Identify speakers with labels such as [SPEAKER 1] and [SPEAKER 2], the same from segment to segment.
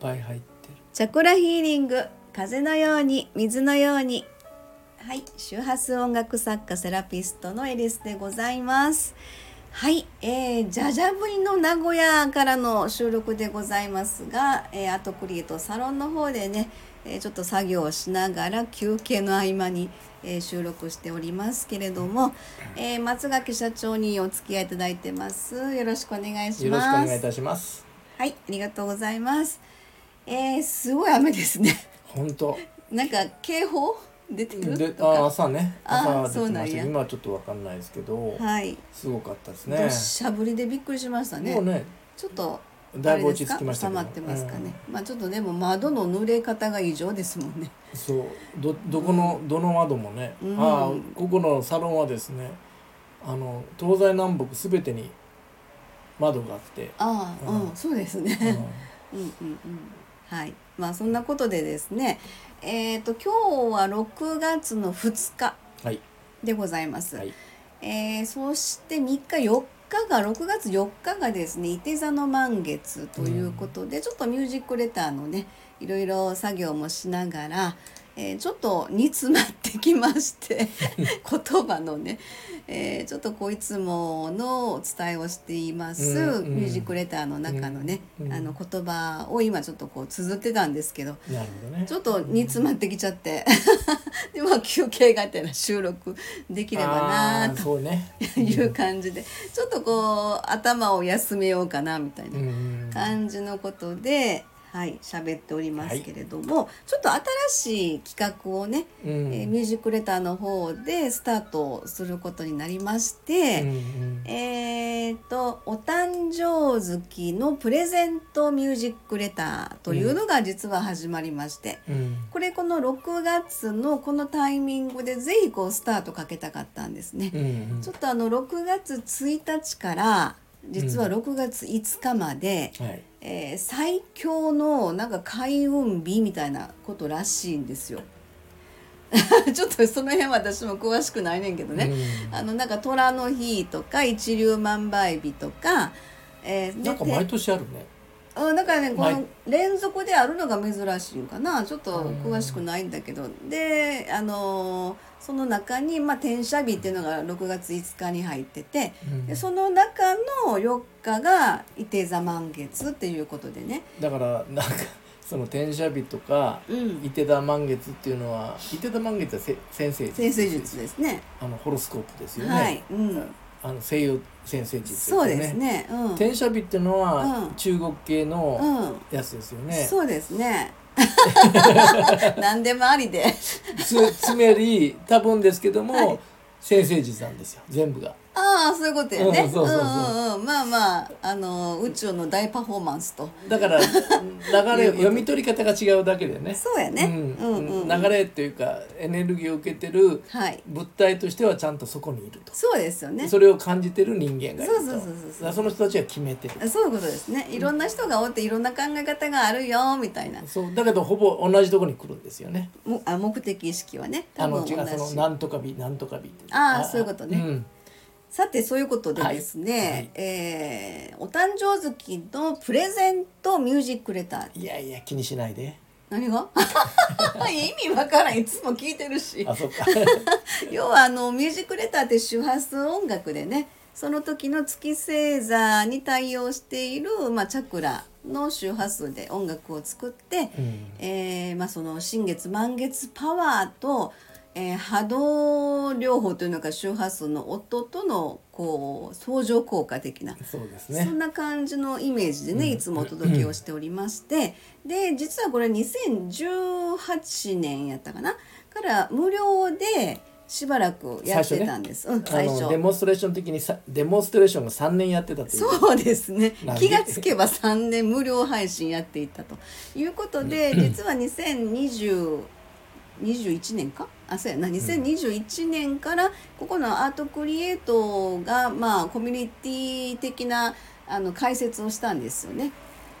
[SPEAKER 1] ぱい入ってる
[SPEAKER 2] チャクラヒーリング風のように水のようにはい周波数音楽作家セラピストのエリスでございますはい、えー、ジャジャブリの名古屋からの収録でございますが、えーアートクリエイトサロンの方でね、えーちょっと作業をしながら休憩の合間に、えー収録しておりますけれども、えー松垣社長にお付き合いいただいてますよろしくお願いします
[SPEAKER 1] よろしくお願いいたします
[SPEAKER 2] はい、ありがとうございます。えー、すごい雨ですね。
[SPEAKER 1] 本当
[SPEAKER 2] なんか警報出てる
[SPEAKER 1] で
[SPEAKER 2] と
[SPEAKER 1] あ
[SPEAKER 2] か。
[SPEAKER 1] 朝ね
[SPEAKER 2] あー
[SPEAKER 1] 朝出てまし
[SPEAKER 2] そう
[SPEAKER 1] た
[SPEAKER 2] なんや
[SPEAKER 1] けど今はちょっとわかんないですけど、
[SPEAKER 2] はい。
[SPEAKER 1] すごかったです
[SPEAKER 2] ど
[SPEAKER 1] ね
[SPEAKER 2] っしゃ降りでびっくりしましたね。
[SPEAKER 1] もうね
[SPEAKER 2] ちょっと
[SPEAKER 1] だいぶ落ち着きました
[SPEAKER 2] あ
[SPEAKER 1] け
[SPEAKER 2] れ
[SPEAKER 1] ど
[SPEAKER 2] ですか収まってますかね。まあちょっとでも窓の濡れ方が異常ですもんね。
[SPEAKER 1] うんそうどどこの、どの窓もね、
[SPEAKER 2] うん
[SPEAKER 1] ああここのサロンはですねあの東西南北すべてに窓があって、
[SPEAKER 2] ああ、うん、
[SPEAKER 1] うん
[SPEAKER 2] そうですね。
[SPEAKER 1] うん
[SPEAKER 2] うんうんうん。はい。まあそんなことでですね。えっ、と今日は6月の2日
[SPEAKER 1] はい
[SPEAKER 2] でございます。
[SPEAKER 1] はい
[SPEAKER 2] えー、そして3日4日が6月4日がですね「いて座の満月」ということで、ちょっとミュージックレターのねいろいろ作業もしながら、えーちょっと煮詰まってきまして 言葉のね、えーちょっとこういつものお伝えをしていま
[SPEAKER 1] う
[SPEAKER 2] す、
[SPEAKER 1] んうん
[SPEAKER 2] ミュージックレターの中のね、
[SPEAKER 1] うん
[SPEAKER 2] あの言葉を今ちょっとこう綴ってたんですけど
[SPEAKER 1] なるほどね
[SPEAKER 2] ちょっと煮詰まってきちゃって、 でまあ休憩がてら収録できればな
[SPEAKER 1] あ
[SPEAKER 2] と
[SPEAKER 1] ーそうね、
[SPEAKER 2] いう感じでちょっとこう頭を休めようかなみたい
[SPEAKER 1] うんう
[SPEAKER 2] な
[SPEAKER 1] ん、
[SPEAKER 2] 感じのことで、はい喋っておりますけれども、ちょっと新しい企画をね、
[SPEAKER 1] うん
[SPEAKER 2] えーミュージックレターの方でスタートすることになりまして。
[SPEAKER 1] うんうん
[SPEAKER 2] えー、とお誕生月のプレゼントミュージックレターというのが実は始まりまして、
[SPEAKER 1] うん
[SPEAKER 2] これこの6月のこのタイミングでぜひこうスタートかけたかったんですね。
[SPEAKER 1] うんうん
[SPEAKER 2] ちょっとあの6月1日から実は6月5日まで、
[SPEAKER 1] はい
[SPEAKER 2] えー最強のなんか開運日みたいなことらしいんですよ。 ちょっとその辺は私も詳しくないねんけどね、あのなんか虎の日とか一粒万倍日とか、え
[SPEAKER 1] う
[SPEAKER 2] ー
[SPEAKER 1] ん、なんか毎年あるね
[SPEAKER 2] うん、だからねこ
[SPEAKER 1] はい
[SPEAKER 2] の連続であるのが珍しいんかなちょっと詳しくないんだけどであのーその中に、まあ、転写日っていうのが6月5日に入ってて
[SPEAKER 1] うん
[SPEAKER 2] でその中の4日が「いて座満月」っていうことでね、
[SPEAKER 1] だからなんかその転写日とか
[SPEAKER 2] うん、
[SPEAKER 1] 伊手田満月っていうのは伊手田満月はせ先生術
[SPEAKER 2] 先生術ですね。
[SPEAKER 1] あのホロスコープですよね、
[SPEAKER 2] はい、うん、
[SPEAKER 1] あの西洋先生術
[SPEAKER 2] そうですね。うん、
[SPEAKER 1] 転写日っていうのは
[SPEAKER 2] うん
[SPEAKER 1] 中国系の
[SPEAKER 2] う
[SPEAKER 1] やつですよ
[SPEAKER 2] ん、
[SPEAKER 1] ね、
[SPEAKER 2] そうですね。 何でもありで。
[SPEAKER 1] つつまり多分ですけども、
[SPEAKER 2] はい
[SPEAKER 1] 先生術なんですよ全部が
[SPEAKER 2] ああそういうことやね。
[SPEAKER 1] うんそうそうそうん
[SPEAKER 2] うんうん。まあまああの宇宙の大パフォーマンスと。
[SPEAKER 1] だから 流れ読み取り方が違うだけでね
[SPEAKER 2] そうやね。
[SPEAKER 1] う
[SPEAKER 2] うん
[SPEAKER 1] ん
[SPEAKER 2] うん、
[SPEAKER 1] 流れというかエネルギーを受けてる
[SPEAKER 2] はい。
[SPEAKER 1] 物体としてはちゃんとそこにいると、
[SPEAKER 2] そうですよね。そ
[SPEAKER 1] それを感じてる人間がいると
[SPEAKER 2] そうそうそうそう
[SPEAKER 1] だからその人たちは決めてる
[SPEAKER 2] ういうことですね。いろんな人がおっていろんな考え方があるよみたいな。
[SPEAKER 1] そうだけどほぼ同じとこに来るんですよね
[SPEAKER 2] もあ目的意識はね。
[SPEAKER 1] あ
[SPEAKER 2] 多
[SPEAKER 1] の
[SPEAKER 2] 分
[SPEAKER 1] 違
[SPEAKER 2] 同
[SPEAKER 1] うその
[SPEAKER 2] じ。
[SPEAKER 1] なんとか日なんとか日って
[SPEAKER 2] あーそういうことね
[SPEAKER 1] ん
[SPEAKER 2] さてそういうことでです
[SPEAKER 1] はいは
[SPEAKER 2] ね
[SPEAKER 1] い、
[SPEAKER 2] えーお誕生月のプレゼントミュージックレター。
[SPEAKER 1] いやいや気にしないで
[SPEAKER 2] 何が 意味わからんいつも聞いてるし
[SPEAKER 1] あそ っか
[SPEAKER 2] 要はあのミュージックレターって周波数音楽でねその時の月星座に対応している、まあ、チャクラの周波数で音楽を作って、
[SPEAKER 1] うん
[SPEAKER 2] えーまあ、その新月満月パワーと、えー波動療法というのか周波数の音とのこう相乗効果的な
[SPEAKER 1] そうです
[SPEAKER 2] そ
[SPEAKER 1] ね
[SPEAKER 2] んな感じのイメージでね、いつもお届けをしておりまして、で実はこれ2018年やったかなから無料でしばらくやってたんです。うん、
[SPEAKER 1] あ
[SPEAKER 2] 最初
[SPEAKER 1] のデモンストレーション的にさデモンストレーションが3年やってたという
[SPEAKER 2] そうですね
[SPEAKER 1] なんで
[SPEAKER 2] 気がつけば3年無料配信やっていたということで実は2020 21年かあそうやな2021年からここのアートクリエイトが、まあ、コミュニティ的なあの解説をしたんですよね。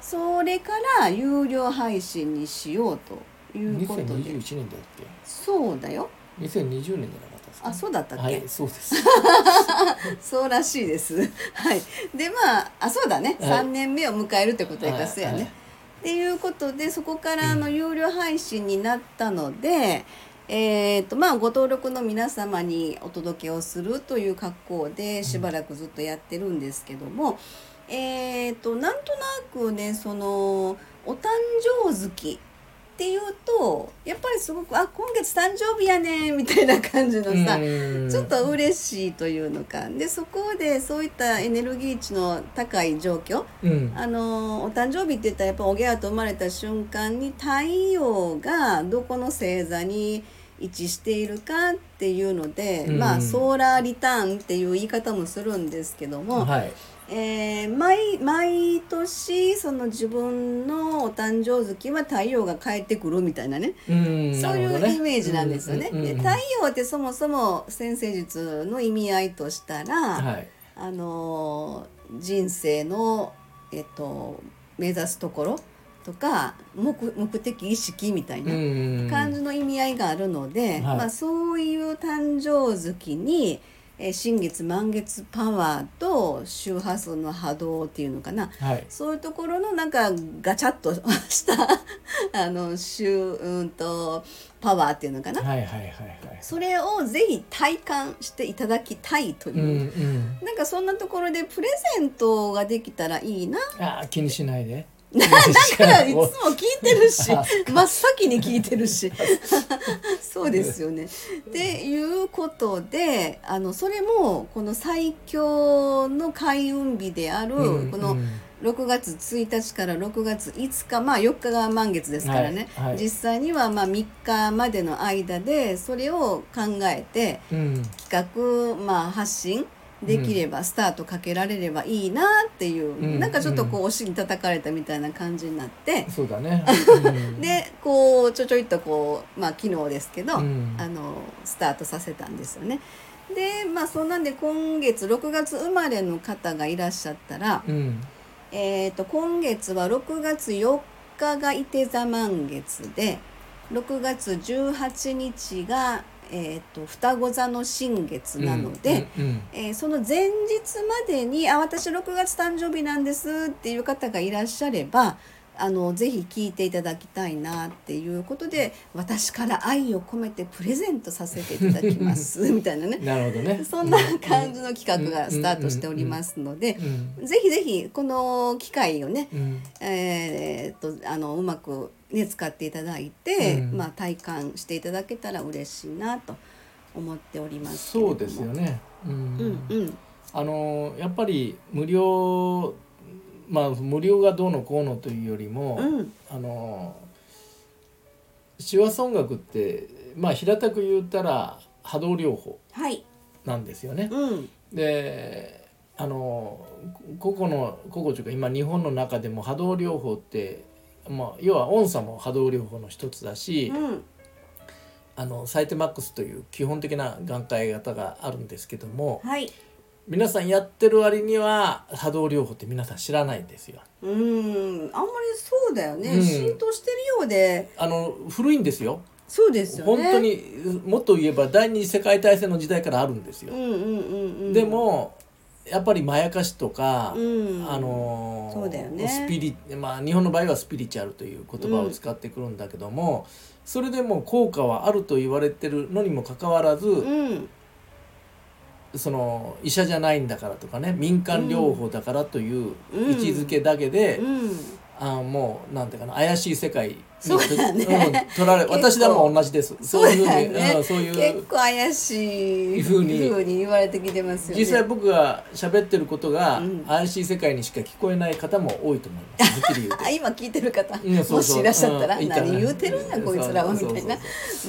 [SPEAKER 2] それから有料配信にしようということで
[SPEAKER 1] 2021年だっ
[SPEAKER 2] そうだよ
[SPEAKER 1] け2020年じゃなかったですか
[SPEAKER 2] あ そうだったっけ、
[SPEAKER 1] はいそうです
[SPEAKER 2] そうらしいです。はい。でまああそうだね。
[SPEAKER 1] はい
[SPEAKER 2] 三、年目を迎えるってことやか
[SPEAKER 1] はい
[SPEAKER 2] そうやね。っていうことでそこからあの有料配信になったので、えーとまあ、ご登録の皆様にお届けをするという格好でしばらくずっとやってるんですけども、えー、となんとなくねそのお誕生月っていうとやっぱりすごく「あ今月誕生日やね」みたいな感じのさ、ち
[SPEAKER 1] ち
[SPEAKER 2] ょっと嬉しいというのかでそこでそういったエネルギー値の高い状況
[SPEAKER 1] うん
[SPEAKER 2] あのお誕生日って言ったらやっぱおぎゃーと生まれた瞬間に太陽がどこの星座に位置しているかっていうので、
[SPEAKER 1] うん
[SPEAKER 2] まあソーラーリターンっていう言い方もするんですけども、
[SPEAKER 1] はい
[SPEAKER 2] えー毎毎年その自分のお誕生月は太陽が帰ってくるみたいなね
[SPEAKER 1] うん
[SPEAKER 2] そうい
[SPEAKER 1] なるほど
[SPEAKER 2] う
[SPEAKER 1] ね
[SPEAKER 2] イメージなんですよね。
[SPEAKER 1] うんうんう
[SPEAKER 2] で
[SPEAKER 1] ん
[SPEAKER 2] 太陽ってそもそも先生術の意味合いとしたら、
[SPEAKER 1] はい
[SPEAKER 2] あのー人生の、えっと、目指すところとか目目的意識みたいな感じの意味合いがあるので、
[SPEAKER 1] はい
[SPEAKER 2] まあ、そういう誕生月に、えー新月満月パワーと周波数の波動っていうのかな
[SPEAKER 1] はい
[SPEAKER 2] そういうところのなんかガチャッとした あのしゅうんとパワーっていうのかな、
[SPEAKER 1] はいはいはいはい
[SPEAKER 2] それをぜひ体感していただきたいというう、
[SPEAKER 1] んうん
[SPEAKER 2] なんかそんなところでプレゼントができたらいいな
[SPEAKER 1] あー気にしないで
[SPEAKER 2] だからいつも聞いてる し
[SPEAKER 1] あ
[SPEAKER 2] 真っ先に聞いてるし そうですよね。っていうことであのそれもこの最強の開運日である、
[SPEAKER 1] うん
[SPEAKER 2] この
[SPEAKER 1] うん
[SPEAKER 2] 6月1日から6月5日まあ4日が満月ですからね、
[SPEAKER 1] はいはい
[SPEAKER 2] 実際にはまあ3日までの間でそれを考えて
[SPEAKER 1] うん
[SPEAKER 2] 企画、まあ、発信できれば、スタートかけられればいいなっていう、
[SPEAKER 1] うん
[SPEAKER 2] なんかちょっとこうお尻叩かれたみたいな感じになって、
[SPEAKER 1] そうだね
[SPEAKER 2] でこうちょちょいっとこうまあ昨日ですけど、
[SPEAKER 1] うん
[SPEAKER 2] あのスタートさせたんですよね。でまあそんなんで今月6月生まれの方がいらっしゃったら、
[SPEAKER 1] うん
[SPEAKER 2] えー、と今月は6月4日が伊手座満月で6月18日が、えー、と双子座の新月なので、
[SPEAKER 1] うんうん
[SPEAKER 2] えーその前日までに「あ私6月誕生日なんです」っていう方がいらっしゃればあのぜひ聞いていただきたいなっていうことで私から愛を込めてプレゼントさせていただきま すみたいなね
[SPEAKER 1] うんなるほどね
[SPEAKER 2] そんな感じの企画がスタートしておりますので
[SPEAKER 1] う。ん
[SPEAKER 2] ぜひぜひこの機会をね、
[SPEAKER 1] うん
[SPEAKER 2] えーっとあのうまく、ね、使っていただいて、
[SPEAKER 1] うん
[SPEAKER 2] まあ、体感していただけたら嬉しいなと思っておりますけれど
[SPEAKER 1] そ
[SPEAKER 2] も
[SPEAKER 1] うですよねう
[SPEAKER 2] うん
[SPEAKER 1] ん
[SPEAKER 2] うん
[SPEAKER 1] あのやっぱり無料まあ無料がどうのこうのというよりも、
[SPEAKER 2] うん
[SPEAKER 1] あの手話音楽ってまあ平たく言ったら波動療法
[SPEAKER 2] はい
[SPEAKER 1] なんですよね。
[SPEAKER 2] うん
[SPEAKER 1] であの個々の個々というか今日本の中でも波動療法って、まあ、要は音差も波動療法の一つだし、
[SPEAKER 2] うん
[SPEAKER 1] あのサイテマックスという基本的な眼科医型があるんですけども、
[SPEAKER 2] はい
[SPEAKER 1] 皆さんやってる割には波動療法って皆さん知らないんですよ。
[SPEAKER 2] うんあんまりそうだよね、
[SPEAKER 1] うん
[SPEAKER 2] 浸透してるようで
[SPEAKER 1] あの古いんですよ
[SPEAKER 2] そうですよ
[SPEAKER 1] 本
[SPEAKER 2] ね
[SPEAKER 1] 当にもっと言えば第二次世界大戦の時代からあるんです
[SPEAKER 2] う
[SPEAKER 1] よ。
[SPEAKER 2] んうんうんうん
[SPEAKER 1] でもやっぱりまやかしとか、
[SPEAKER 2] うん
[SPEAKER 1] あのー
[SPEAKER 2] そうだよね
[SPEAKER 1] スピリまあ日本の場合はスピリチュアルという言葉を使ってくるんだけども、それでも効果はあると言われてるのにもかかわらず、
[SPEAKER 2] うん
[SPEAKER 1] その医者じゃないんだからとかね民間療法だからという
[SPEAKER 2] うん
[SPEAKER 1] 位置づけだけで、
[SPEAKER 2] うん
[SPEAKER 1] あーもうなんていうかな怪しい世界に
[SPEAKER 2] そうだね
[SPEAKER 1] うん取られ
[SPEAKER 2] 結構
[SPEAKER 1] 私でも同じです
[SPEAKER 2] そうだよ
[SPEAKER 1] そういうふうに、う
[SPEAKER 2] ね
[SPEAKER 1] んそうい
[SPEAKER 2] 結
[SPEAKER 1] う
[SPEAKER 2] 構怪しい
[SPEAKER 1] ふうに
[SPEAKER 2] 風に言われてきてますよね
[SPEAKER 1] 実際僕が喋ってることが
[SPEAKER 2] うん
[SPEAKER 1] 怪しい世界にしか聞こえない方も多いと思い ますはっきり言うと
[SPEAKER 2] あ今聞いてる方
[SPEAKER 1] いやそうそう
[SPEAKER 2] もしいらっしゃったら、
[SPEAKER 1] うんいたら
[SPEAKER 2] 何言うてるんやこいつらはみ
[SPEAKER 1] そう
[SPEAKER 2] た
[SPEAKER 1] そう
[SPEAKER 2] い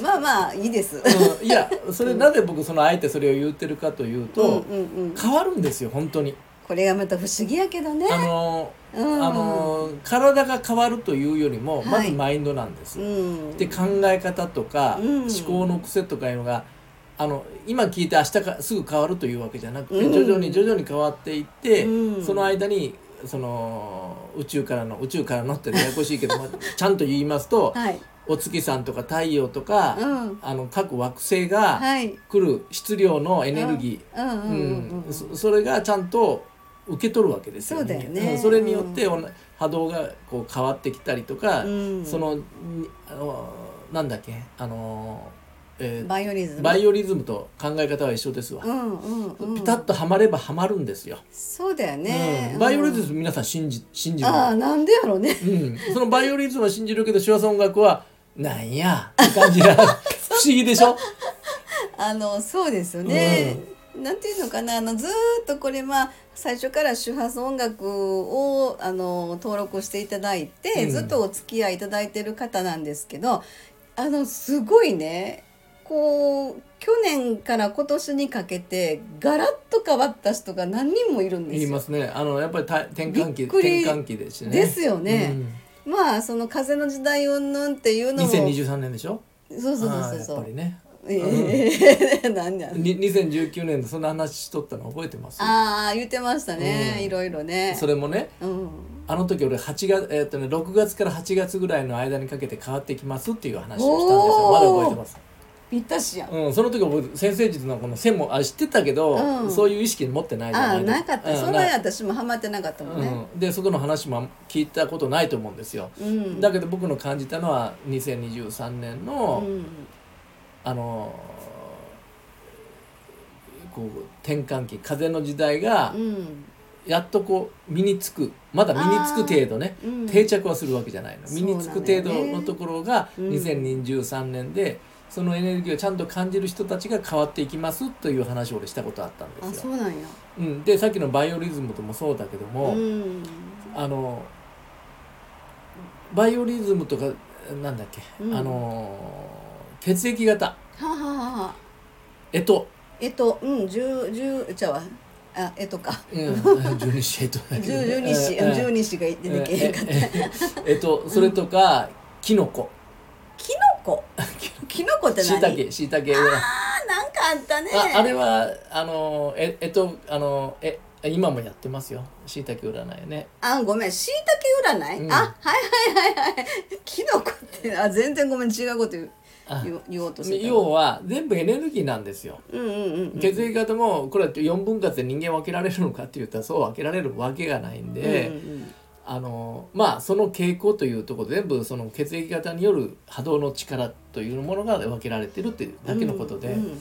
[SPEAKER 1] そう
[SPEAKER 2] なまあまあいいです。
[SPEAKER 1] うんいやそれなぜ僕そのあえてそれを言ってるかという
[SPEAKER 2] うん
[SPEAKER 1] と、
[SPEAKER 2] うんうん、
[SPEAKER 1] 変わるんですよ本当に。
[SPEAKER 2] これがまた不思議やけどね。
[SPEAKER 1] あのー
[SPEAKER 2] うん
[SPEAKER 1] あのー体が変わるというよりもま
[SPEAKER 2] はい
[SPEAKER 1] ずマインドなんです。
[SPEAKER 2] うん、
[SPEAKER 1] で考え方とか、
[SPEAKER 2] うん
[SPEAKER 1] 思考の癖とかいうのがあの今聞いて明日かすぐ変わるというわけじゃなくて、
[SPEAKER 2] うん
[SPEAKER 1] 徐々に徐々に変わっていって、
[SPEAKER 2] うん
[SPEAKER 1] その間にその宇宙からの宇宙からのってややこしいけど、まあ ちゃんと言いますと、
[SPEAKER 2] はい、
[SPEAKER 1] お月さんとか太陽とか、
[SPEAKER 2] うん、
[SPEAKER 1] あの各惑星が
[SPEAKER 2] はい、
[SPEAKER 1] 来る質量のエネルギー、
[SPEAKER 2] うんうんうんうん
[SPEAKER 1] うんそそれがちゃんと受け取るわけですよ
[SPEAKER 2] そうだよね
[SPEAKER 1] んそれによっておな波動がこう変わってきたりとか、
[SPEAKER 2] うん
[SPEAKER 1] そのにあのなんだっけあの、えー
[SPEAKER 2] バイオリズム
[SPEAKER 1] バイオリズムと考え方は一緒ですわ、
[SPEAKER 2] うんうんうん、
[SPEAKER 1] ピタッとはまればはまるんですよ、
[SPEAKER 2] そうだよね、
[SPEAKER 1] うんバイオリズム皆さん信じ信じる
[SPEAKER 2] ああなんでやろうね
[SPEAKER 1] うん、そのバイオリズムは信じるけど手話音楽はなんやって感じ が不思議でしょ
[SPEAKER 2] あのそうですよね、なんていうのかなあのずーっとこれまあ最初から周波数音楽をあの登録していただいて、
[SPEAKER 1] うん
[SPEAKER 2] ずっとお付き合いいただいてる方なんですけどあのすごいねこう去年から今年にかけてガラッと変わった人が何人もいるんで
[SPEAKER 1] 言
[SPEAKER 2] す
[SPEAKER 1] い
[SPEAKER 2] よ。
[SPEAKER 1] ますねあのやっぱりた転換期
[SPEAKER 2] びっく
[SPEAKER 1] 転
[SPEAKER 2] り
[SPEAKER 1] 換期ですね
[SPEAKER 2] ですよね
[SPEAKER 1] うん
[SPEAKER 2] まあその風の時代云々っていうのも
[SPEAKER 1] 2023年でしょ
[SPEAKER 2] そうそうそうそうそ
[SPEAKER 1] あーやっ
[SPEAKER 2] う
[SPEAKER 1] ぱりね
[SPEAKER 2] ええ なんなん
[SPEAKER 1] に2019年でそんな話しとったの覚えてます
[SPEAKER 2] ああ言ってましたね、
[SPEAKER 1] うん
[SPEAKER 2] いろいろね
[SPEAKER 1] それもね
[SPEAKER 2] うん、
[SPEAKER 1] あの時俺8月、えーっとね、6月から8月ぐらいの間にかけて変わってきますっていう話をしたんですよ
[SPEAKER 2] おー
[SPEAKER 1] まだ覚えてます、
[SPEAKER 2] ぴったしやん、
[SPEAKER 1] うん、その時覚えて先生術のこの線もあ知ってたけど、
[SPEAKER 2] うん
[SPEAKER 1] そういう意識持ってないじゃ
[SPEAKER 2] あ
[SPEAKER 1] な
[SPEAKER 2] あ
[SPEAKER 1] い
[SPEAKER 2] なかった、
[SPEAKER 1] うん
[SPEAKER 2] そんなに私もハマってなかったもんね、
[SPEAKER 1] うん、でそこの話も聞いたことないと思うんですよ、
[SPEAKER 2] うん
[SPEAKER 1] だけど僕の感じたのは2023年の、
[SPEAKER 2] うん
[SPEAKER 1] あのーこう転換期風の時代が
[SPEAKER 2] うん
[SPEAKER 1] やっとこう身につくまだ身につく程度ね
[SPEAKER 2] うん
[SPEAKER 1] 定着はするわけじゃないの、
[SPEAKER 2] そう
[SPEAKER 1] 身
[SPEAKER 2] なんだよ
[SPEAKER 1] に
[SPEAKER 2] ね
[SPEAKER 1] つく程度のところが
[SPEAKER 2] うん
[SPEAKER 1] 2023年で、そのエネルギーをちゃんと感じる人たちが変わっていきますという話を俺したことあったん
[SPEAKER 2] あ
[SPEAKER 1] です
[SPEAKER 2] そ
[SPEAKER 1] よ。
[SPEAKER 2] うなんや
[SPEAKER 1] うん、でさっきのバイオリズムともそうだけども、
[SPEAKER 2] うん
[SPEAKER 1] あのバイオリズムとかなんだっけ、
[SPEAKER 2] うん
[SPEAKER 1] あの血液型
[SPEAKER 2] はははは
[SPEAKER 1] えと、
[SPEAKER 2] えっとうん十十じゃわあえ っとか
[SPEAKER 1] うん、十二支えとだ
[SPEAKER 2] 十
[SPEAKER 1] けどね
[SPEAKER 2] 十二支
[SPEAKER 1] えー
[SPEAKER 2] 十二支が出てけへんかった
[SPEAKER 1] えーえーえとそれとか、キノコ
[SPEAKER 2] キノコ キノコって
[SPEAKER 1] しい
[SPEAKER 2] 何
[SPEAKER 1] たけしいたけあ
[SPEAKER 2] あなんかあったね
[SPEAKER 1] あれはあのええとあのえ今もやってますよしいたけ占いね
[SPEAKER 2] あごめんしいたけ占い、
[SPEAKER 1] うん
[SPEAKER 2] あはいはいはいはいキノコってあ全然ごめん違うこと言う
[SPEAKER 1] あ
[SPEAKER 2] 言お言おうとしてた
[SPEAKER 1] 要は全部エネルギーなんですよ
[SPEAKER 2] うんうんうんうん
[SPEAKER 1] 血液型もこれは4分割で人間分けられるのかって言ったらそう分けられるわけがないんで、
[SPEAKER 2] うんうんうん
[SPEAKER 1] あのまあその傾向というところ全部その血液型による波動の力というものが分けられてるっていうだけのことで、
[SPEAKER 2] うんうん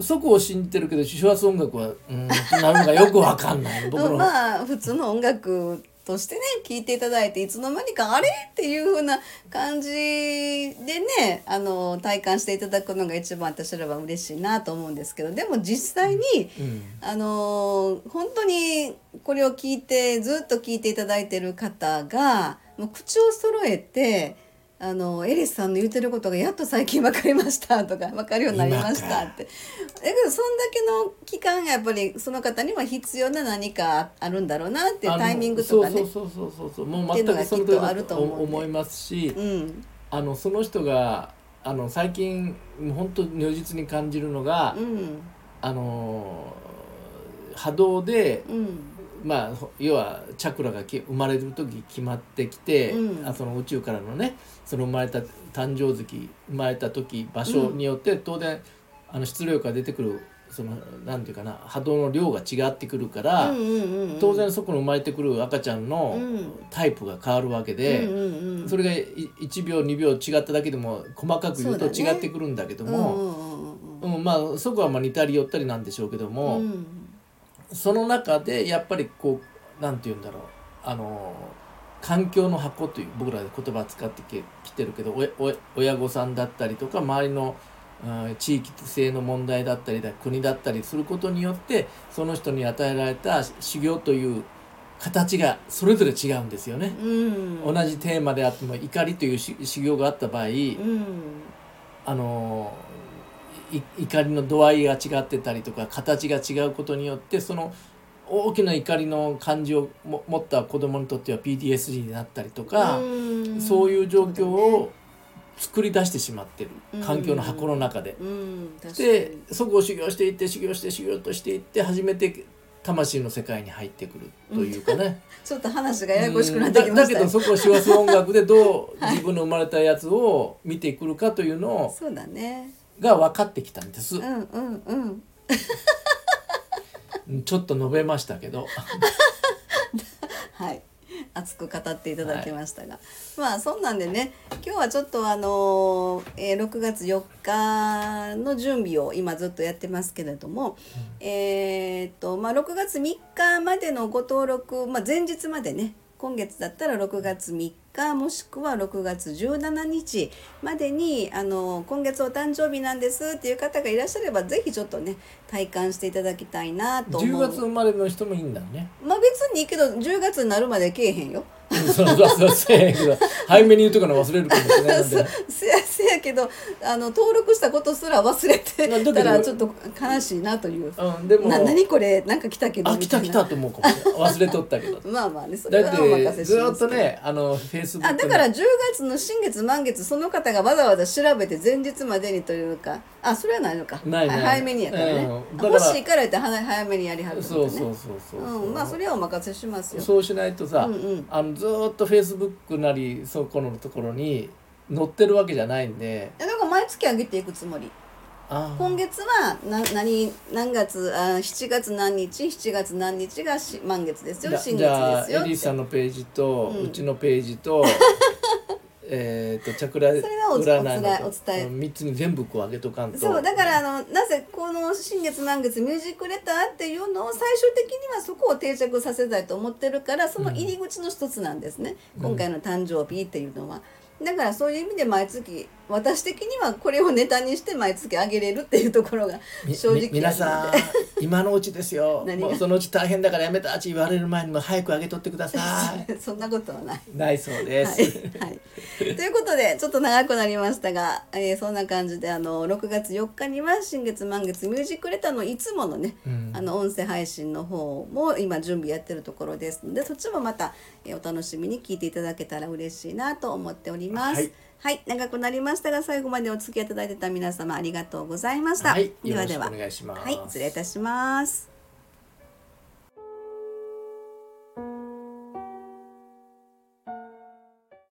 [SPEAKER 1] そこを信じてるけど手話音楽はうんなるのがよく分かんない僕の、
[SPEAKER 2] まあ普通の音楽としてね聴いていただいていつの間にかあれっていう風な感じでねあの体感していただくのが一番私らは嬉しいなと思うんですけどでも実際に、
[SPEAKER 1] うん
[SPEAKER 2] あのー本当にこれを聞いてずっと聞いていただいてる方がもう口を揃えて「あのエリスさんの言ってることがやっと最近分かりました」とか 「分かるようになりました」ってだけどそんだけの期間がやっぱりその方には必要な何かあるんだろうなってい
[SPEAKER 1] あ
[SPEAKER 2] う
[SPEAKER 1] の
[SPEAKER 2] タイミングとかね。
[SPEAKER 1] そうそうそうそうそうもう
[SPEAKER 2] って
[SPEAKER 1] 全
[SPEAKER 2] いうのが
[SPEAKER 1] くその
[SPEAKER 2] きっと
[SPEAKER 1] だ
[SPEAKER 2] あると思うんで
[SPEAKER 1] 思いますし、
[SPEAKER 2] うん
[SPEAKER 1] あのその人があの最近本当に如実に感じるのが、
[SPEAKER 2] うん
[SPEAKER 1] あの波動で
[SPEAKER 2] うん
[SPEAKER 1] まあほ要はチャクラがき生まれる時決まってきて、
[SPEAKER 2] うん
[SPEAKER 1] あその宇宙からのねその生まれた誕生月生まれた時場所によって当然、あの質量から出てくるそのなんていうかな波動の量が違ってくるから、
[SPEAKER 2] うんうんうん
[SPEAKER 1] 当然そこの生まれてくる赤ちゃんの
[SPEAKER 2] うん
[SPEAKER 1] タイプが変わるわけで。
[SPEAKER 2] うんうんうん
[SPEAKER 1] それがい1秒2秒違っただけでも細かく言うと
[SPEAKER 2] そうだ
[SPEAKER 1] 違
[SPEAKER 2] ね
[SPEAKER 1] ってくるんだけど
[SPEAKER 2] うん
[SPEAKER 1] も、
[SPEAKER 2] うん
[SPEAKER 1] うんまあ、そこはまあ似たり寄ったりなんでしょうけど
[SPEAKER 2] うん
[SPEAKER 1] も、
[SPEAKER 2] うん
[SPEAKER 1] その中でやっぱりこうなんて言うんだろうあの環境の箱という僕らで言葉使ってききてるけどおやおや親御さんだったりとか周りの、うん地域性の問題だったりだ国だったりすることによってその人に与えられた修行という形がそれぞれ違うんですよね。
[SPEAKER 2] う
[SPEAKER 1] 同
[SPEAKER 2] ん
[SPEAKER 1] じテーマであっても怒りというし修行があった場合、
[SPEAKER 2] うん
[SPEAKER 1] あのい怒りの度合いが違ってたりとか形が違うことによってその大きな怒りの感じをも持った子供にとっては PTSD になったりとか、そういう状況を作り出してしまってる
[SPEAKER 2] うん
[SPEAKER 1] 環境の箱の中で。
[SPEAKER 2] うん確かに
[SPEAKER 1] でそこを修行していって修行して修行としていって初めて魂の世界に入ってくるというかね。
[SPEAKER 2] ちょっと話がややこしくなってきました
[SPEAKER 1] うんだだけど
[SPEAKER 2] よ
[SPEAKER 1] そこを師走音楽でどう自分の生まれたやつを見てくるかというのを
[SPEAKER 2] そうだね
[SPEAKER 1] が分かってきたんです
[SPEAKER 2] う。んうんうん
[SPEAKER 1] うんちょっと述べましたけど
[SPEAKER 2] はい熱く語っていただきましたが、まあそんなんでね今日はちょっとあのえー6月4日の準備を今ずっとやってますけれども、えーっとまあ6月3日までのご登録、まあ、前日までね今月だったら6月3日もしくは6月17日までにあの今月お誕生日なんですっていう方がいらっしゃればぜひちょっとね体感していただきたいなと
[SPEAKER 1] 10
[SPEAKER 2] 思う
[SPEAKER 1] 月生まれの人もいいんだね
[SPEAKER 2] まあ別にいいけど10月になるまでけえへんよ。
[SPEAKER 1] うんそうそうそうせやけど早めに言うとかの忘れるかもしれないので
[SPEAKER 2] せやせやけどあの登録したことすら忘れ
[SPEAKER 1] まあだけ
[SPEAKER 2] て
[SPEAKER 1] ど
[SPEAKER 2] たらちょっと悲しいなという。
[SPEAKER 1] うんでも
[SPEAKER 2] な何これなんか来たけど
[SPEAKER 1] あ
[SPEAKER 2] み
[SPEAKER 1] 来
[SPEAKER 2] た
[SPEAKER 1] た
[SPEAKER 2] いな。
[SPEAKER 1] 来たと思うかもしれない忘れとったけど
[SPEAKER 2] まあまあねそれ
[SPEAKER 1] だ
[SPEAKER 2] は
[SPEAKER 1] っ
[SPEAKER 2] お任
[SPEAKER 1] て
[SPEAKER 2] せし
[SPEAKER 1] ず
[SPEAKER 2] ま
[SPEAKER 1] っ
[SPEAKER 2] す
[SPEAKER 1] と。ねあのフェイスブッ
[SPEAKER 2] あ
[SPEAKER 1] ク
[SPEAKER 2] だから10月の新月満月その方がわざわざ調べて前日までにというかあそれはないのか
[SPEAKER 1] ないない
[SPEAKER 2] あ早めにやからね、
[SPEAKER 1] うんだから
[SPEAKER 2] 欲しいから言って早早めにやりはるってこ
[SPEAKER 1] そ
[SPEAKER 2] と
[SPEAKER 1] う
[SPEAKER 2] ね
[SPEAKER 1] そうそうそう
[SPEAKER 2] うんまあそれはお任せしますよ
[SPEAKER 1] そうしないとさ、
[SPEAKER 2] うんうん
[SPEAKER 1] あのずーっとフェイスブックなりそこのところに載ってるわけじゃないんで
[SPEAKER 2] えだから毎月上げていくつもり
[SPEAKER 1] あー
[SPEAKER 2] 今月はな何何月あ7月何日7月何日がし満月ですよ
[SPEAKER 1] じゃ
[SPEAKER 2] 新
[SPEAKER 1] じゃ
[SPEAKER 2] 月
[SPEAKER 1] あ
[SPEAKER 2] ですよ
[SPEAKER 1] エ
[SPEAKER 2] っ
[SPEAKER 1] リ
[SPEAKER 2] て
[SPEAKER 1] ーさんのページと、
[SPEAKER 2] う
[SPEAKER 1] うんちのページ とえっとチャクラ
[SPEAKER 2] それはお
[SPEAKER 1] 占いの
[SPEAKER 2] お伝えお伝え
[SPEAKER 1] 3つに全部こう上げとかんと
[SPEAKER 2] そうだからあのなぜこの新月満月ミュージックレターっていうのを最終的にはそこを定着させたいと思ってるからその入り口の一つなんですね、
[SPEAKER 1] うん
[SPEAKER 2] 今回の誕生日っていうのは。だからそういう意味で毎月私的にはこれをネタにして毎月上げれるっていうところが
[SPEAKER 1] み
[SPEAKER 2] 正直
[SPEAKER 1] み皆さん今のうちですよ
[SPEAKER 2] 何が
[SPEAKER 1] もうそのうち大変だからやめたって言われる前にも早く上げとってください
[SPEAKER 2] そんなこと はない。
[SPEAKER 1] ないそうです、
[SPEAKER 2] はい、はい、ということでちょっと長くなりましたが、えーそんな感じであの6月4日には新月満月ミュージックレターのいつものね、
[SPEAKER 1] うん
[SPEAKER 2] あの音声配信の方も今準備やってるところですのでそっちもまた、えーお楽しみに聞いていただけたら嬉しいなと思っております。は
[SPEAKER 1] はいい
[SPEAKER 2] 長くなりましたが最後までお付き合いいただいてた皆様ありがとうございました。
[SPEAKER 1] はい
[SPEAKER 2] ではでは
[SPEAKER 1] よろしくお願いします
[SPEAKER 2] はい、失礼いたします。